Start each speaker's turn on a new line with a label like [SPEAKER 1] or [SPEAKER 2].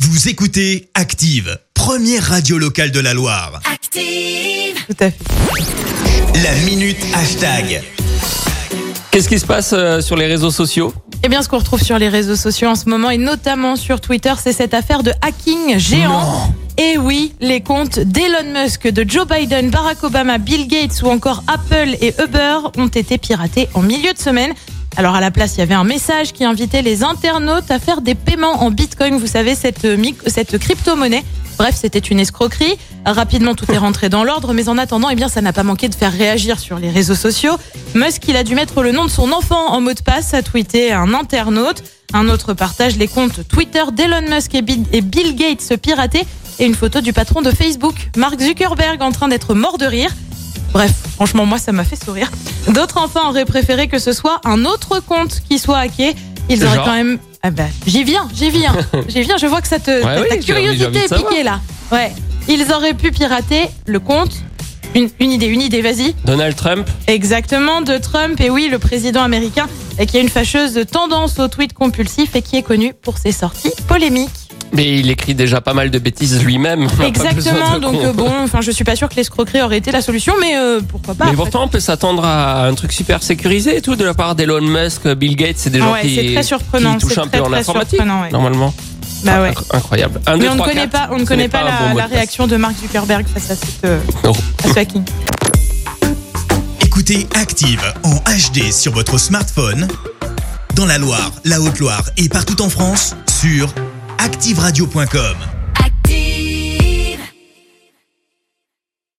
[SPEAKER 1] Vous écoutez Active, première radio locale de la Loire.
[SPEAKER 2] Tout à fait.
[SPEAKER 1] La minute hashtag.
[SPEAKER 3] Qu'est-ce qui se passe euh, sur les réseaux sociaux
[SPEAKER 2] Eh bien, ce qu'on retrouve sur les réseaux sociaux en ce moment et notamment sur Twitter, c'est cette affaire de hacking géant. Et oui, les comptes d'Elon Musk, de Joe Biden, Barack Obama, Bill Gates ou encore Apple et Uber ont été piratés en milieu de semaine. Alors à la place, il y avait un message qui invitait les internautes à faire des paiements en Bitcoin, vous savez, cette, euh, mic- cette crypto-monnaie. Bref, c'était une escroquerie. Rapidement, tout est rentré dans l'ordre, mais en attendant, eh bien, ça n'a pas manqué de faire réagir sur les réseaux sociaux. Musk, il a dû mettre le nom de son enfant en mot de passe, a tweeté un internaute. Un autre partage les comptes Twitter d'Elon Musk et Bi- et Bill Gates se pirater et une photo du patron de Facebook, Mark Zuckerberg, en train d'être mort de rire. Bref, franchement, moi, ça m'a fait sourire. D'autres enfants auraient préféré que ce soit un autre compte qui soit hacké. Ils auraient
[SPEAKER 3] Genre
[SPEAKER 2] quand même. Ah bah, j'y viens, j'y viens, j'y viens. Je vois que ça te. ta-
[SPEAKER 3] oui,
[SPEAKER 2] ta
[SPEAKER 3] j'ai envie- j'ai envie
[SPEAKER 2] curiosité
[SPEAKER 3] de
[SPEAKER 2] est
[SPEAKER 3] savoir.
[SPEAKER 2] piquée là. Ouais. Ils auraient pu pirater le compte. Une, une idée, une idée, vas-y.
[SPEAKER 3] Donald Trump
[SPEAKER 2] Exactement, de Trump. Et oui, le président américain et qui a une fâcheuse tendance au tweet compulsif et qui est connu pour ses sorties polémiques.
[SPEAKER 3] Mais il écrit déjà pas mal de bêtises lui-même. On a pas besoin
[SPEAKER 2] Exactement,
[SPEAKER 3] de
[SPEAKER 2] donc
[SPEAKER 3] con.
[SPEAKER 2] euh, bon, enfin je suis pas sûre que l'escroquerie aurait été la solution, mais euh, pourquoi pas.
[SPEAKER 3] Mais
[SPEAKER 2] après.
[SPEAKER 3] pourtant, on peut s'attendre à un truc super sécurisé et tout de la part d'Elon Musk, Bill Gates, c'est des gens
[SPEAKER 2] Ouais,
[SPEAKER 3] qui,
[SPEAKER 2] c'est très surprenant,
[SPEAKER 3] qui touchent
[SPEAKER 2] c'est
[SPEAKER 3] un
[SPEAKER 2] très,
[SPEAKER 3] peu en
[SPEAKER 2] très
[SPEAKER 3] informatique,
[SPEAKER 2] surprenant, ouais.
[SPEAKER 3] normalement.
[SPEAKER 2] bah ouais.
[SPEAKER 3] Inc- Incroyable. Un,
[SPEAKER 2] Mais
[SPEAKER 3] deux,
[SPEAKER 2] on ne
[SPEAKER 3] trois,
[SPEAKER 2] connaît
[SPEAKER 3] quatre.
[SPEAKER 2] pas, on ne
[SPEAKER 3] Ce
[SPEAKER 2] connaît
[SPEAKER 3] n'est
[SPEAKER 2] pas,
[SPEAKER 3] un bon
[SPEAKER 2] la,
[SPEAKER 3] mot de
[SPEAKER 2] la
[SPEAKER 3] passe.
[SPEAKER 2] réaction de Mark Zuckerberg face à, cette, euh,
[SPEAKER 3] Non.
[SPEAKER 2] à ce hacking.
[SPEAKER 1] Écoutez Active en HD sur votre smartphone, dans la Loire, la Haute-Loire et partout en France, sur activeradio.com.